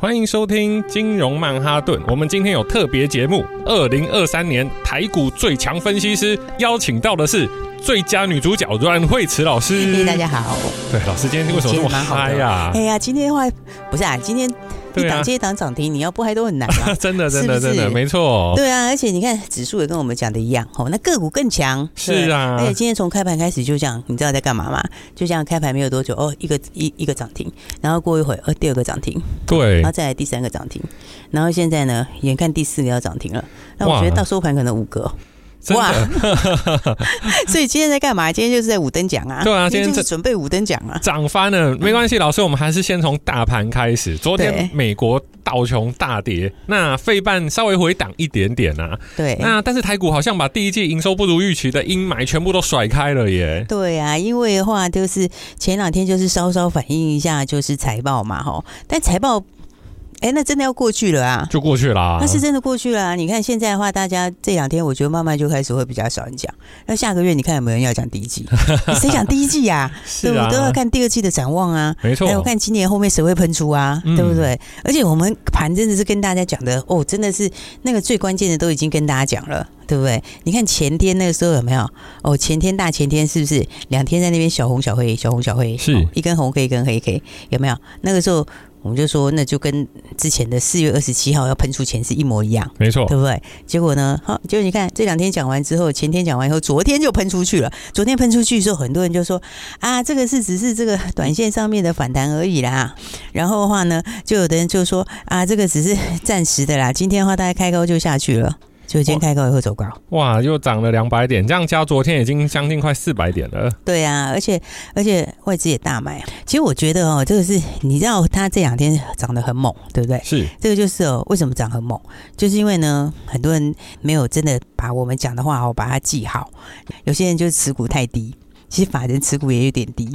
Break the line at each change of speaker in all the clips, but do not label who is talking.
欢迎收听金融曼哈顿。我们今天有特别节目，二零二三年台股最强分析师邀请到的是最佳女主角阮慧慈老师。
嘿，大家好。
对，老师今天为什么这么嗨呀、
哎呀，今天的话不是啊，今天一
对啊。
档接一档涨停，你要不嗨都很难啊
真的，真的，
是不
真
是
的，没错。
对啊，而且你看指数也跟我们讲的一样，哦，那个股更强。
是
对
啊
而且今天从开盘开始就这样，你知道在干嘛吗？就这样开盘没有多久，哦，一个一一个涨停，然后过一会儿，呃，第二个涨停，
对
然后，再来第三个涨停，然后现在呢，眼看第四个要涨停了，那我
哇
觉得到收盘可能五个 哦。
真的
所以今天在干嘛？今天就是在五等奖啊。
对啊今天
就是
这
准备五等奖啊。
涨翻了，没关系，老师，我们还是先从大盘开始。昨天
对
美国道琼大跌，那费半稍微回档一点点啊。
对。
那但是台股好像把第一季营收不如预期的阴霾全部都甩开了耶。
对啊，因为的话就是前两天就是稍稍反映一下就是财报嘛，吼，但财报，哎、那真的要过去了啊。
就过去啦、
那是真的过去了、啊。你看现在的话，大家这两天我觉得慢慢就开始会比较少人讲。那下个月你看有没有人要讲第 一季？你谁讲第一季呀、
是
对，
啊，
我都要看第二季的展望啊。
没错
还，有看今年后面谁会喷出啊，
嗯
对不对？而且我们盘真的是跟大家讲的哦，真的是那个最关键的都已经跟大家讲了，对不对？你看前天那个时候有没有？哦，前天大前天是不是两天在那边小红小黑小红小黑
是
哦一根红 K 一根黑 K 有没有？那个时候我们就说那就跟之前的四月二十七号要喷出前是一模一样。
没错
对，不对？结果呢？好，结果你看这两天讲完之后，前天讲完以后，昨天就喷出去了。昨天喷出去的时候，很多人就说啊，这个是只是这个短线上面的反弹而已啦。然后的话呢，就有的人就说啊，这个只是暂时的啦。今天的话，大概开高就下去了。就今天开高以后走高，
哇，又涨了两百点，这样加昨天已经将近快四百点了。
对啊，而且而且外资也大买。啊其实我觉得哦，这个是你知道它这两天涨得很猛，对不对？
是，
这个就是哦，为什么涨很猛，就是因为呢，很多人没有真的把我们讲的话哦，把它记好。有些人就是持股太低，其实法人持股也有点低，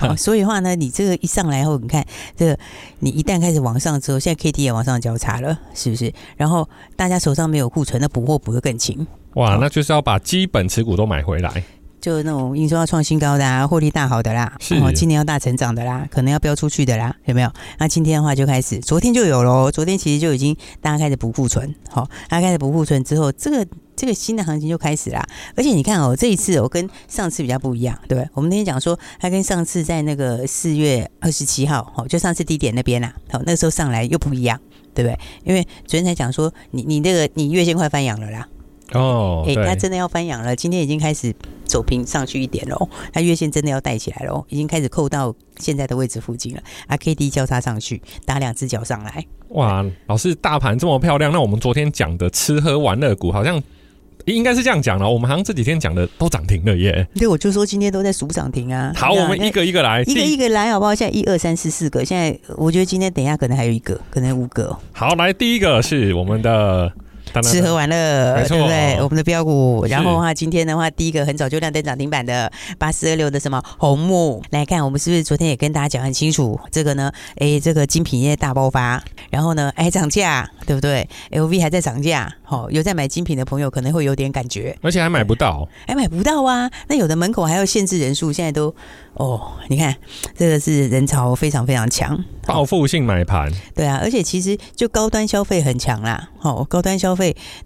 好所以的话呢，你这个一上来后，哦你看这个，你一旦开始往上之后，现在 K D 也往上交叉了，是不是？然后大家手上没有库存，那补货补得更勤。
哇，那就是要把基本持股都买回来。
就那种营收要创新高的啊，获利大好的啦，哦
是
今年要大成长的啦，可能要飙出去的啦，有没有？那今天的话就开始，昨天就有喽，昨天其实就已经大家开始补库存，好、大家开始补库存之后，这个这个新的行情就开始啦。而且你看哦，这一次我、哦、跟上次比较不一样，对不对？我们那天讲说，它跟上次在那个四月二十七号，哦，就上次低点那边啦，好、那时候上来又不一样，对不对？因为昨天才讲说，你你那个你月线快翻阳了啦，
哦，
哎、它
对，
真的要翻扬了，今天已经开始走平上去一点喽，它月线真的要带起来喽，已经开始扣到现在的位置附近了。啊，K D 交叉上去，打两只脚上来，
哇，老师大盘这么漂亮，那我们昨天讲的吃喝玩乐股好像。应该是这样讲了，我们好像这几天讲的都涨停了 耶。
对，我就说今天都在数涨停啊。
好，
对啊
我们一。个一个来。
那一个
第
一个来好不好？现在一二三四四个，现在我觉得今天等一下可能还有一个，可能五个哦
好来，第一个是我们的当当
吃喝玩乐，
没错
对不对？我们的标股，
是
然后的话，今天的话，第一个很早就亮灯涨停板的八四二六的什么红木，来看我们是不是昨天也跟大家讲很清楚，这个呢，哎，这个精品业大爆发，然后呢，哎涨价，对不对？LV 还在涨价，哦，有在买精品的朋友可能会有点感觉，
而且还买不到，
哎，买不到啊。那有的门口还要限制人数，现在都哦，你看这个是人潮非常非常强，
报复性买盘。
对啊，而且其实就高端消费很强啦，哦，高端消费，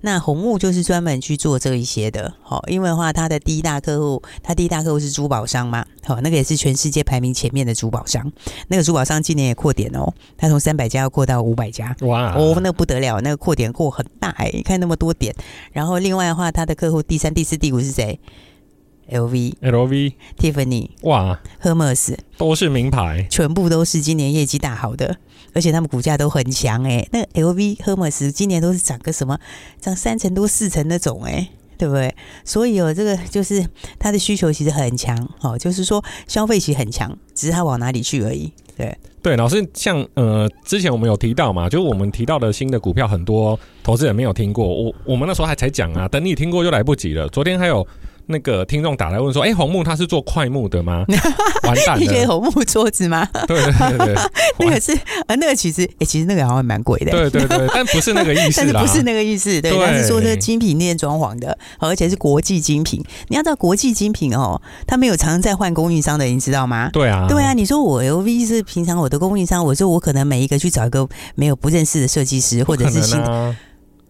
那红木就是专门去做这一些的，哦，因为的话，它的第一大客户，它第一大客户是珠宝商嘛，哦，那个也是全世界排名前面的珠宝商，那个珠宝商今年也扩点哦，它从三百家要扩到五百家，
哇，
哦，那不得了，那个扩点扩很大哎、你看那么多点，然后另外的话，它的客户第三、第四、第五是谁？LV、
LV，
Tiffany、
哇，
Hermes，
都是名牌。
全部都是今年业绩大好的，而且他们股价都很强哎、那 LV、Hermes 今年都是涨个什么，涨三成多、四成那种哎、对不对？所以哦，这个就是它的需求其实很强哦，就是说消费其实很强，只是它往哪里去而已。对，
对，老师，像呃，之前我们有提到嘛，就是我们提到的新的股票，很多投资人没有听过。我我们那时候还才讲啊，等你听过就来不及了。昨天还有那个听众打来问说，哎、红木他是做快木的 吗？完蛋
你觉得
了，
红木桌子吗？
对 对对对，
那
完
个是啊，那个其实哎、其实那个好像蛮贵的、
对对对，但不是那个意思
但是
啦，
不是那个意思，对，
对
他是说那个精品店装潢的，好而且是国际精品。你要到国际精品哦，他们有常在换供应商的，你知道吗？
对啊，
对啊，，你说我 LV 是平常我的供应商，我说我可能每一个去找一个没有不认识的设计师或
不
者
可
是新
能
的，
啊，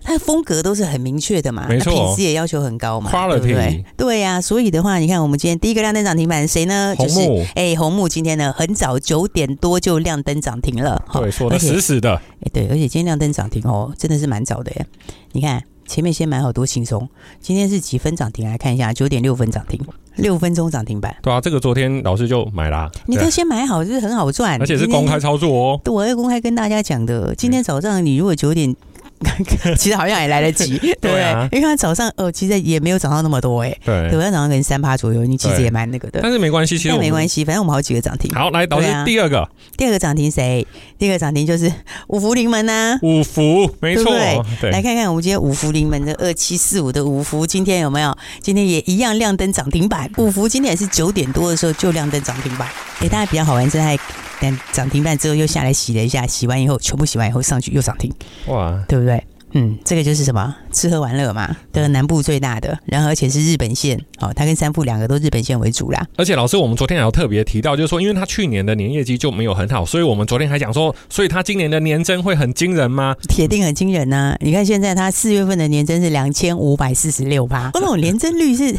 它的风格都是很明确的嘛，
没错
那品质也要求很高嘛
Quality
对不对？对呀、所以的话，你看我们今天第一个亮灯涨停板谁呢？
红
就是
木，
哎、红木今天呢很早九点多就亮灯涨停了，哈
对，说的
而且
死死的，
哎、对，而且今天亮灯涨停哦，真的是蛮早的耶。你看前面先买好多轻松，今天是几分涨停？来看一下，九点六分涨停，六分钟涨停板，
对啊，这个昨天老师就买啦，
你
对
都先买好，就是很好赚，
而且是
今天
公开。操作哦，
对，我要公开跟大家讲
嗯
的，今天早上你如果九点。 其实好像也来得 及，对不
对啊
对？因为它早上呃，其实也没有涨到那么多哎、对，
对，
它早上可能三趴左右，你其实
对
也蛮那个的，
但是没关系，其实
但
我
没
们
关系，反正我们好几个涨停。
好，来，老师
对啊
第二个
第二个涨停谁？第二个涨停就是五福临门呐、
五福，没错
对，来
对，
看看我们今天五福临门的二七四五的五福，今天有没有？今天也一样亮灯涨停板。五福今天也是九点多的时候就亮灯涨停板。诶，大家比较好玩是它还但涨停板之后又下来洗了一下，洗完以后全部洗完以后上去又涨停，
哇，
对不对？嗯，这个就是什么吃喝玩乐嘛，这个南部最大的，然后而且是日本线，哦，它跟三富两个都日本线为主啦。
而且老师，我们昨天还有特别提到，就是说，因为他去年的年业绩就没有很好，所以我们昨天还讲说，所以他今年的年增会很惊人吗？
铁定很惊人呐、你看现在它四月份的年增是两千五百四十六趴，哦那种年增率 是。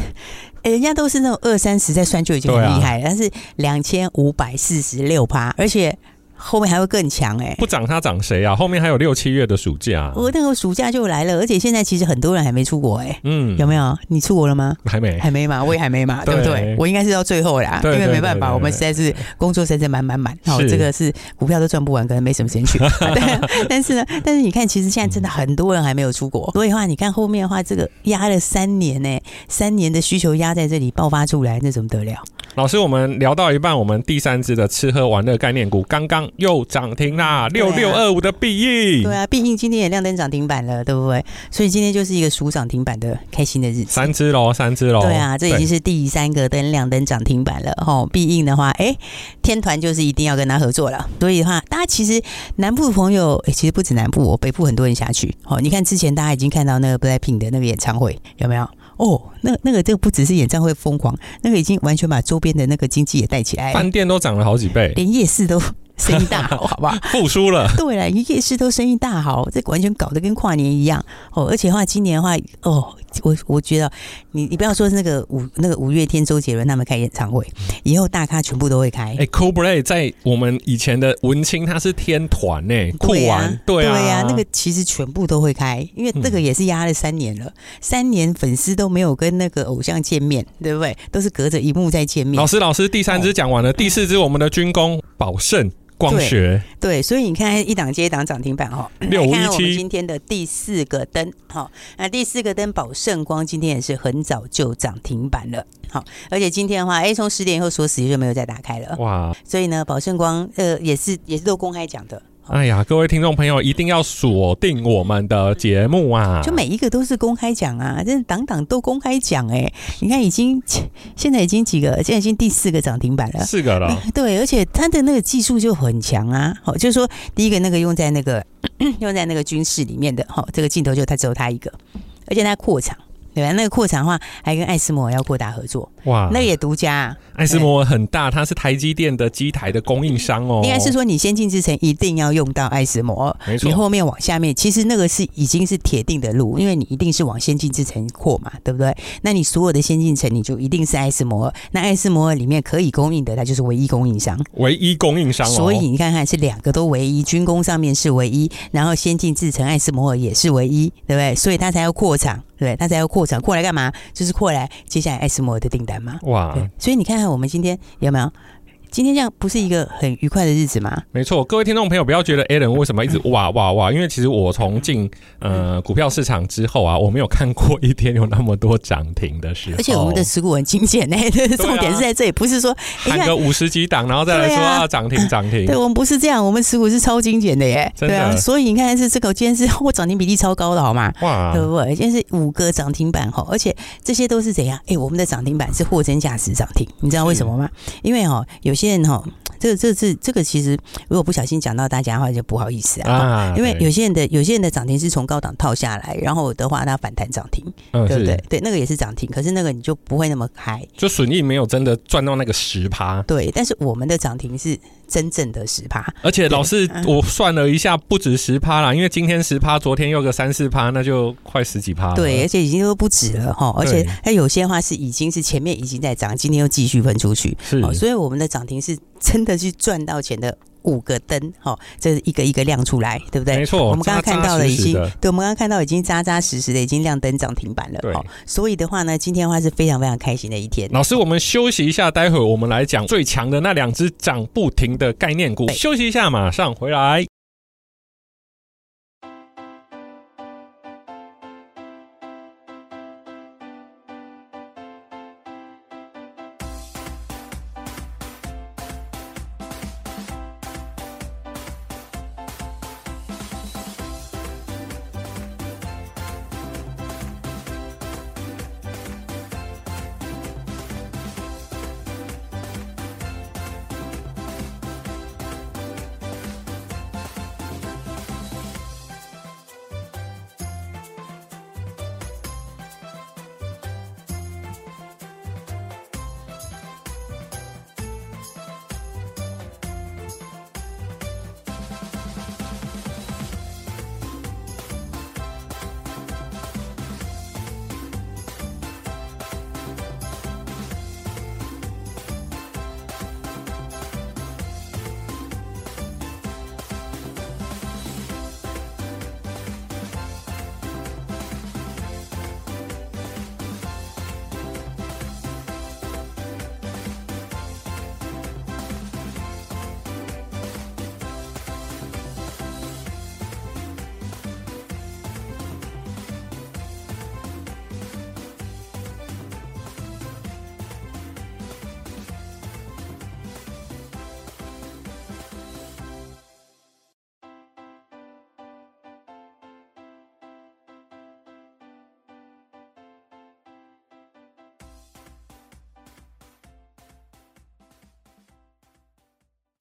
哎人家都是那种二三十在算就已经很
对啊
厉害了，但是两千五百四十六趴，而且后面还会更强哎、
不涨他涨谁啊？后面还有六七月的暑假，
我那个暑假就来了，而且现在其实很多人还没出国哎、
嗯
有没有？你出国了吗？
还没？
还没嘛，我也还没嘛，
对
对不对？我应该是到最后啦，
对对
因为没办
对对
法，
对
我们实在是工作实在是满满满，好，
是
这个是股票都赚不完，可能没什么时 间去。 对但是呢，但是你看，其实现在真的很多人还没有出
嗯
国，所以的话，你看后面的话，这个压了三年呢、三年的需求压在这里爆发出来，那怎么得了？
老师，我们聊到一半，我们第三只的吃喝玩乐概念股刚刚又涨停啦，
对
六
啊
六二五的必应
对，啊，毕竟今天也亮灯涨停板了，对不对？所以今天就是一个数涨停板的开心的日子。
三只喽，三只喽，
对啊，这已经是第三个灯亮灯涨停板了吼。必应的话，哎，天团就是一定要跟他合作了。所以的话，大家其实南部朋友，哎，其实不止南部，我北部很多人下去。哦，你看之前大家已经看到那个 BLACKPINK 的那个演唱会，有没有？哦，那那个这个不只是演唱会疯狂，那个已经完全把周边的那个经济也带起来
对，饭
了，
店都涨了好几倍，
连夜市都 生意大好，好不好？
复苏了，
对了，夜市都生意大好，这完全搞得跟跨年一样哦。而且的话，今年的话，哦，我我觉得你你不要说是那个五那个五月天、周杰伦他们开演唱会，以后大咖全部都会开。
哎 c o b r a y 在我们以前的文青，他是天团呢、酷
对呀
玩，对啊，嗯
对呀、那个其实全部都会开，因为这个也是压了三年了，三年粉丝都没有跟那个偶像见面，对不对？都是隔着一幕在见面
老。师，老师，第三只讲完了，第四只我们的军工宝盛光学，
对，所以你看一档接一档涨停板哈，
6517
来看看我们今天的第四个灯，好，那第四个灯宝盛光今天也是很早就涨停板了，好，而且今天的话，哎，从十点以后锁死就没有再打开了，
哇，
所以呢，宝盛光呃也是也是都公开讲的。好
哎呀，各位听众朋友一定要锁定我们的节目啊！
就每一个都是公开讲啊，真的档档都公开讲哎、你看已经现在已经几个，现在已经第四个涨停板了，
四个了，
对，而且它的那个技术就很强啊。好，就是说第一个那个用在那个 用在那个军事里面的，好，这个镜头就它只有它一个，而且它扩厂。对吧？那个扩厂的话，还跟艾斯摩尔要扩大合作，
哇！
那个也独家、啊。
爱斯摩尔很大，它是台积电的机台的供应商哦。
应该是说，你先进制程一定要用到艾斯摩尔，
没错
你后面往下面，其实那个是已经是铁定的路，因为你一定是往先进制程扩嘛，对不对？那你所有的先进程，你就一定是艾斯摩尔。那艾斯摩尔里面可以供应的，它就是唯一供应商。
唯一供应商哦。
所以你看看是两个都唯一，军工上面是唯一，然后先进制程艾斯摩尔也是唯一，对不对？所以他才要扩厂，对不对？他才要扩厂，扩来干嘛？就是扩来接下来艾斯摩尔的订单嘛。
哇，
对，所以你看看我们今天有没有？今天这样不是一个很愉快的日子吗？
没错，各位听众朋友，不要觉得 Alan 为什么一直哇哇哇，因为其实我从进呃股票市场之后啊，我没有看过一天有那么多涨停的时候，
而且我们的持股很精简呢、对
啊
重点是在这里，不是说哎
喊
呀，
个五十几档，然后再来说
对啊
啊涨停涨停
对，我们不是这样，我们持股是超精简的耶，
真的
对啊，所以你看是这个今天是我涨停比例超高的好吗？
哇
对，不对？今天是五个涨停板哈，而且这些都是怎样？哎，我们的涨停板是货真价实涨停，你知道为什么吗？因为哈，有些人哈，哦这个这个这这个其实如果不小心讲到大家的话，就不好意思啊。
啊
因为
对
有些人的有些人的涨停是从高档套下来，然后的话它反弹涨停，
嗯
对不对
是，？
对，那个也是涨停，可是那个你就不会那么嗨。
就损益没有真的赚到那个十趴，
对，但是我们的涨停是真正的十趴，
而且老师
对嗯
我算了一下，不止十趴啦，因为今天十趴，昨天又个三四趴，那就快十几趴了，
对，而且已经都不止了哈，而且
对
它有些话是已经是前面已经在涨，今天又继续喷出去，
是
哦，所以我们的涨停是真的去赚到钱的五个灯，哦，这是一个一个亮出来，对不对？
没错，
我们刚刚看到
了
了，已经，对，我们刚刚看到已经扎扎实实的已经亮灯涨停板了，
对
哦，所以的话呢，今天的话是非常非常开心的一天。
老师，我们休息一下，待会儿我们来讲最强的那两只涨不停的概念股。
对
休息一下，马上回来。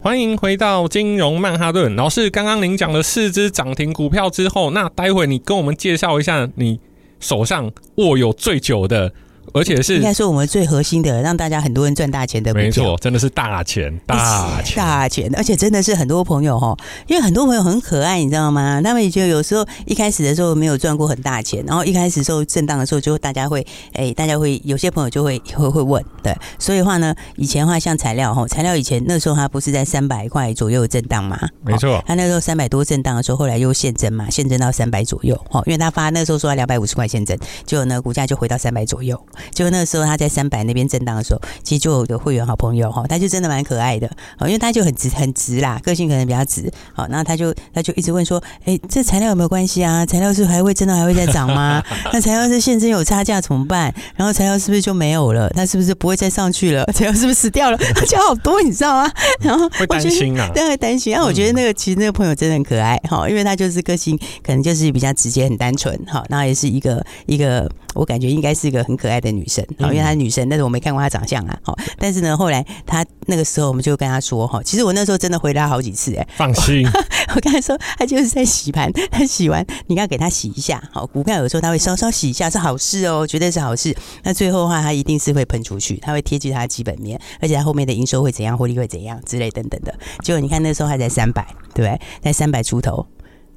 欢迎回到金融曼哈顿。老师，刚刚您讲了四只涨停股票之后，那待会儿你跟我们介绍一下你手上握有最久的，而且是
应该说我们最核心的，让大家很多人赚大钱的股票
没错，真的是大 钱大
一起
钱。
大钱，而且真的是很多朋友哈，因为很多朋友很可爱，你知道吗？他们也觉得有时候一开始的时候没有赚过很大钱，然后一开始时候震荡的时候，就大家会哎、大家会有些朋友就会会会问，对，所以的话呢，以前的话像材料哈，材料以前那时候它不是在三百块左右震荡嘛，
没错
哦它那时候三百多震荡的时候，后来又现增嘛，现增到三百左右，哦，因为它发那时候说它两百五十块现增，结果呢股价就回到三百左右，结果那时候它在三百那边震荡的时候，其实就有个会员好朋友哦哈，他就真的蛮可爱的，哦，因为他就很直很直啦，个性可能比较直，好、然后他就他就一直问说，哎、这材料有没有关系啊？材料是还会真的还会再涨吗？ 那材料是现真有差价怎么办？然后材料是不是就没有了？它是不是不会再上去了？ 材料是不是死掉了？他讲好多，你知道吗？然后
会
我
担
觉得。
心啊，
但会担心啊！我觉得那个、其实那个朋友真的很可爱哈，因为他就是个性可能就是比较直接、很单纯哈，那也是一个一个我感觉应该是一个很可爱的女生哈，因为她是女生，但是我没看过她长相啊哈。但是呢，后来她那个时候我们就跟她说哈，其实我那时候真的回答好几次哎、
放 心，
我跟他说，他就是在洗盘，他洗完你要给他洗一下，好，股票有时候他会稍稍洗一下是好事哦，绝对是好事。那最后的话，它一定是会喷出去，它会贴近它的基本面，而且它后面的营收会怎样，获利会怎样之类等等的。结果你看那时候还在三百，对不对？在三百出头。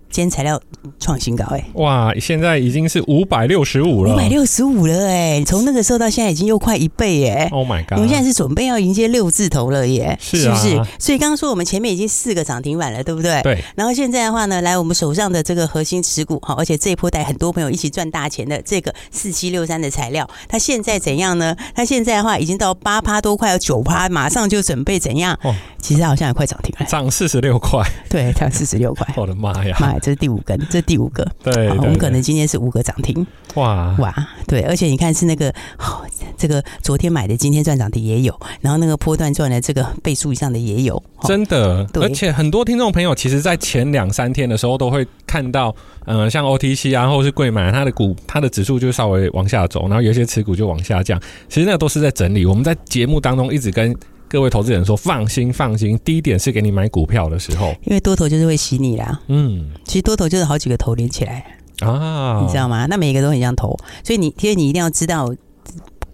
今天材料创新高哎、
哇，现在已经是五百六十五了，
五百六十五了哎、从那个时候到现在已经又快一倍哎、
，Oh my
我们
god！
现在是准备要迎接六字头了耶，
是啊
不是？所以刚刚说我们前面已经四个涨停板了，对不对？
对，
然后现在的话呢，来我们手上的这个核心持股，好，而且这一波带很多朋友一起赚大钱的这个四七六三的材料，它现在怎样呢？它现在的话已经到八趴多，快要九趴，马上就准备怎样？
哦
其实它好像也快涨停了，
涨四十六块，
对，它四十六块。
我的妈呀！
妈呀，这是第五根，这是第五个。
对
好
对
我们
对
可能今天是五个涨停，
哇，
哇，对，而且你看是那个、哦、这个昨天买的，今天赚涨停也有，然后那个波段赚的这个倍数以上的也有，哦
真的，
对
而且很多听众朋友其实，在前两三天的时候都会看到，嗯、像 OTC 啊，或是贵买，它的股它的指数就稍微往下走，然后有一些持股就往下降。其实那都是在整理。我们在节目当中一直跟各位投资人说，放心放心，低点是给你买股票的时候。
因为多头就是会洗你啦。
嗯
其实多头就是好几个头连起来，
啊，
你知道吗？那每一个都很像头，所以你其实你一定要知道。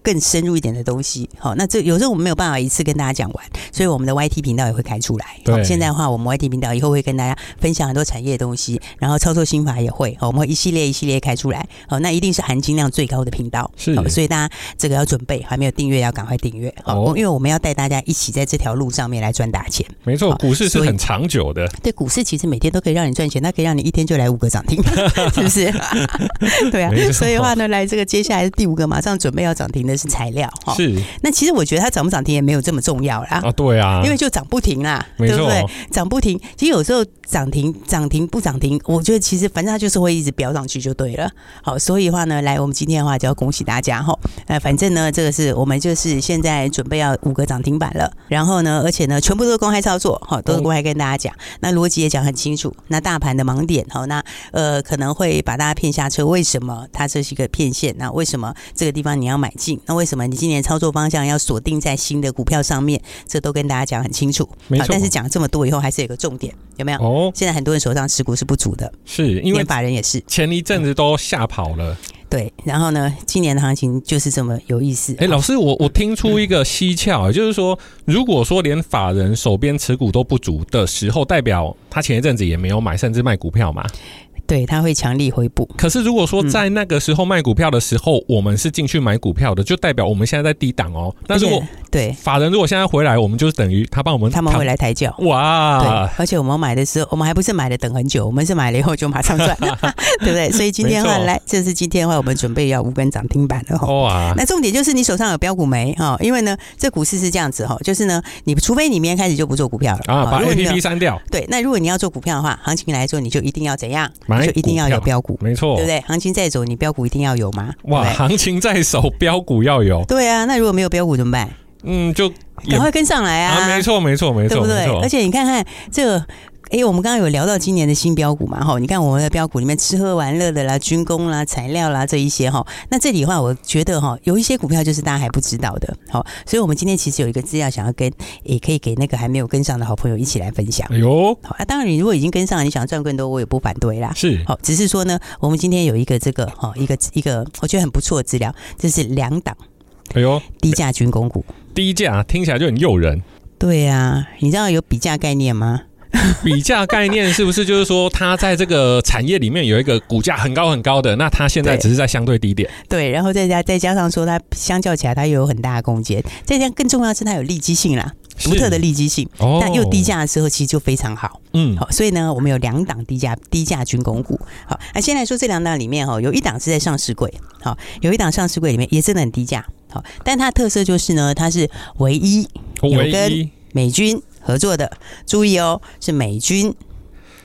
更深入一点的东西，好，那这有时候我们没有办法一次跟大家讲完，所以我们的 YT 频道也会开出来。
对
好现在的话，我们 YT 频道以后会跟大家分享很多产业的东西，然后操作心法也会，好我们会一系列一系列开出来。好，那一定是含金量最高的频道。
是
好所以大家这个要准备，还没有订阅要赶快订阅，好、
哦
因为我们要带大家一起在这条路上面来赚大钱。
没错，
好
股市是
所以
很长久的。
对，股市其实每天都可以让你赚钱，它可以让你一天就来五个涨停， 是不是？对啊
没，错
所以的话呢，来这个接下来第五个马上准备要涨停的是材料哈。
是
那其实我觉得它涨不涨停也没有这么重要啦。
啊，对啊，
因为就涨不停啦，
没
对
错
不对？涨不停，其实有时候涨停、涨停不涨停，我觉得其实反正它就是会一直飙上去就对了。好，所以的话呢，来我们今天的话就要恭喜大家哈。呃，反正呢，这个是我们就是现在准备要五个涨停板了，然后呢，而且呢，全部都是公开操作，好，
嗯
都是公开跟大家讲，那逻辑也讲很清楚。那大盘的盲点，好，那呃可能会把大家骗下车，为什么它这是一个骗线？那为什么这个地方你要买进？那为什么你今年操作方向要锁定在新的股票上面？这都跟大家讲很清楚。
没
好
错
但是讲了这么多以后，还是有个重点，有没有？
哦，
现在很多人手上持股是不足的，
是因为
连法人也是
前一阵子都吓跑
嗯
了。
对。然后呢，今年的行情就是这么有意思。
哎、老师，我我听出一个蹊跷，
嗯
就是说，如果说连法人手边持股都不足的时候，代表他前一阵子也没有买，甚至卖股票嘛。
对，他会强力回补。
可是如果说在
嗯
那个时候卖股票的时候，我们是进去买股票的，就代表我们现在在低档哦。但是
而且
我
对
法人如果现在回来，我们就是等于他帮我们
他们会
来
来抬轿。对
哇，，
而且我们买的时候，我们还不是买了等很久，我们是买了以后就马上 赚，对不对？所以今天的话，
没错哦
来，这是今天的话，我们准备要五根涨停板了哈。
哇，
那重点就是你手上有标股没哈？因为呢，这股市是这样子哈，就是呢，你除非你明天开始就不做股票了
啊，
哈
把
如
A
果你
P
有
P 删掉，
对，那如果你要做股票的话，行情来说你就一定要怎样？
买
你就一定要有
股
标股，
没错
对不，对？行情再走，你标股一定要有嘛？
哇，
对不对
行情在手，标股要有，
对啊，那如果没有标股怎么办？
嗯，就也
赶快跟上来
啊，
啊！
没错，没错，没
对
错，
不
没
对？
错
而，且你看看这个。哎，我们刚刚有聊到今年的新标股嘛，哈，你看我们的标股里面吃喝玩乐的啦、军工啦、材料啦这一些哈，那这里的话，我觉得哈，有一些股票就是大家还不知道的，好，所以我们今天其实有一个资料想要跟，也可以给那个还没有跟上的好朋友一起来分享。
哎呦，
好，那、当然你如果已经跟上了，你想赚更多，我也不反对啦。
是
好，只是说呢，我们今天有一个这个哈，一个一个我觉得很不错的资料，这是两档
哎呦，
低价军工股。
低价听起来就很诱 人。
对啊，你知道有比价概念吗？
比价概念是不是就是说，它在这个产业里面有一个股价很高很高的，那它现在
对
只是在相对低点
对，然后再加再加上说它相较起来它又有很大的空间，再加上更重要的是它有利基性啦，独特的利基性。
哦
但又低，价的时候，其实就非常好。
嗯，
好，所以呢，我们有两档低价低价军工股。好，那先来说这两档里面哈，有一档是在上市柜，好，有一档上市柜里面也真的很低价。好，但它的特色就是呢，它是唯一
唯
有
一
跟美军合作的。注意哦，是美军，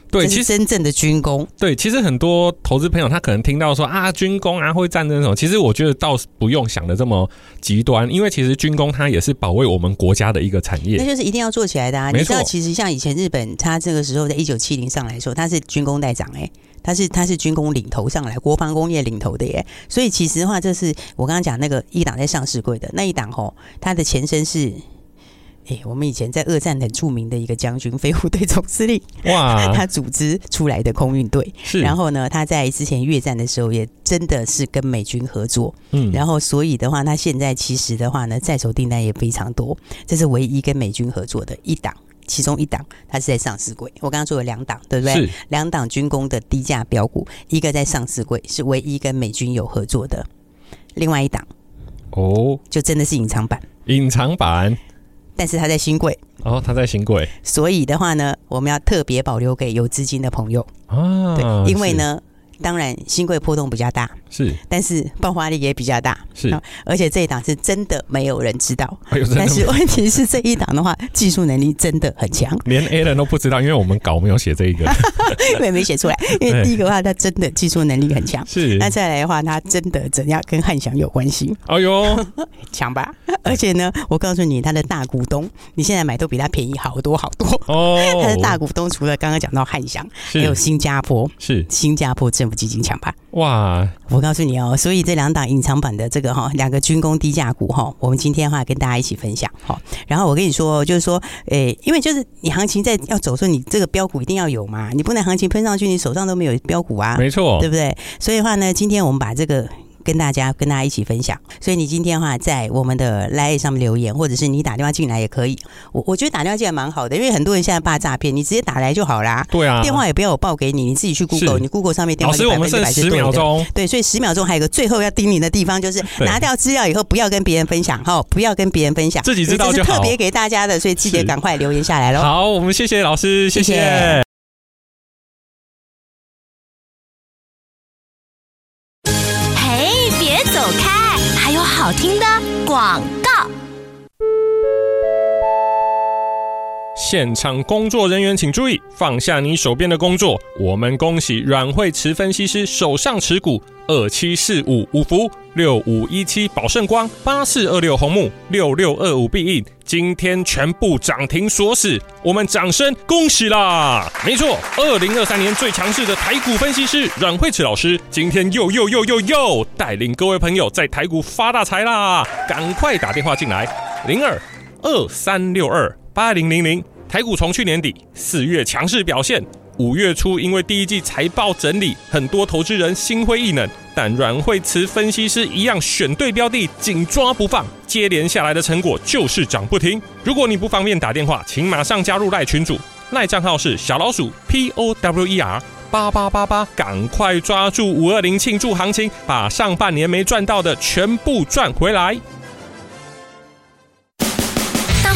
对，
这
其
是
实
真正的军工。
对，其实很多投资朋友他可能听到说啊，军工啊会战争什么，其实我觉得倒是不用想的这么极端，因为其实军工它也是保卫我们国家的一个产
那
业，
就是一定要做起来的啊！
没
你知道，
错
其实像以前日本，它这个时候在一九七零上来说，它是军工代长哎、它是它是军工领头上来，国防工业领头的耶。所以其实的话，这是我刚刚讲那个一档在上市柜的那一档吼，它的前身是。哎、我们以前在二战很著名的一个将军飞虎队总司令，
哇，
他组织出来的空运队。
啊是，
然后呢，他在之前越战的时候也真的是跟美军合作，
嗯
然后所以的话，它现在其实的话呢，在手订单也非常多，这是唯一跟美军合作的一档其中一档它是在上市柜，我刚刚说有两档，对不对？
是
两档军工的低价标股，一个在上市柜是唯一跟美军有合作的，另外一档
哦，
就真的是隐藏版，
隐藏版
但是它在新柜，
哦，它在新贵
所以的话呢，我们要特别保留给有资金的朋友，
啊，
对，因为
是
呢，当然新柜波动比较大，
是
但是爆发力也比较大，
是
好， 而且这一档是真的没有人知道，
哎呦，真
但
的
是问题是这一档的话，技术能力真的很强，
连 A 人都不知道，因为我们稿没有写这一 个，
因为没写出来，因为第一个的话，它真的技术能力很强。
是
那再来的话，它真的怎样跟汉翔有关系，
哎 呦，
强 吧？而且呢，我告诉你，它的大股东，你现在买都比它便宜好多好多。
哦，
它的大股哎东除了刚刚讲到汉翔，还有
是
新加坡，
是
新加坡政府基金强吧？
哇，
我告诉你哦，所以这两档隐藏版的这个哈，两个军工低价股哈，我们今天的话跟大家一起分享哈。然后我跟你说，就是说，诶、因为就是你行情在要走的时候，你这个标股一定要有嘛，你不能行情喷上去，你手上都没有标股啊，
没错
对，不对？所以的话呢，今天我们把这个。跟大家跟大家一起分享，所以你今天的话在我们的 Line 上面留言，或者是你打电话进来也可以。我我觉得打电话进来蛮好的，因为很多人现在怕诈骗，你直接打来就好啦。
对啊，
电话也不要我报给你，你自己去 Google，你 Google 上面电
老
话
师，
就
我
百分
们
之
剩
百是
十
对
秒
的。
钟，
对，所以十秒钟还有一个最后要叮咛的地方，就是
对
拿掉资料以后不要跟别人分享哈，不要跟别人分享，
自己知道
因为这是
就好
特别给大家的，所以记得
是
赶快留言下来喽。
好，我们谢谢老师，谢
谢谢
谢
嘿，别走开，还有好听的广告。
现场工作人员请注意，放下你手边的工作。我们恭喜阮惠慈分析师手上持股二七四五五福、六五一七宝盛光、八四二六红木、六六二五必应，今天全部涨停锁死，我们掌声恭喜啦！没错，二零二三年最强势的台股分析师阮惠慈老师，今天又又又又又带领各位朋友在台股发大财啦！赶快打电话进来，零二二三六二八零零零。台股从去年底四月强势表现，五月初因为第一季财报整理，很多投资人心灰意冷，但阮惠慈分析师一样选对标的，紧抓不放。接连下来的成果就是涨不停。如果你不方便打电话，请马上加入赖群组，赖账号是小老鼠 P O W E R。八八八八，赶快抓住五二零庆祝行情，把上半年没赚到的全部赚回来。
大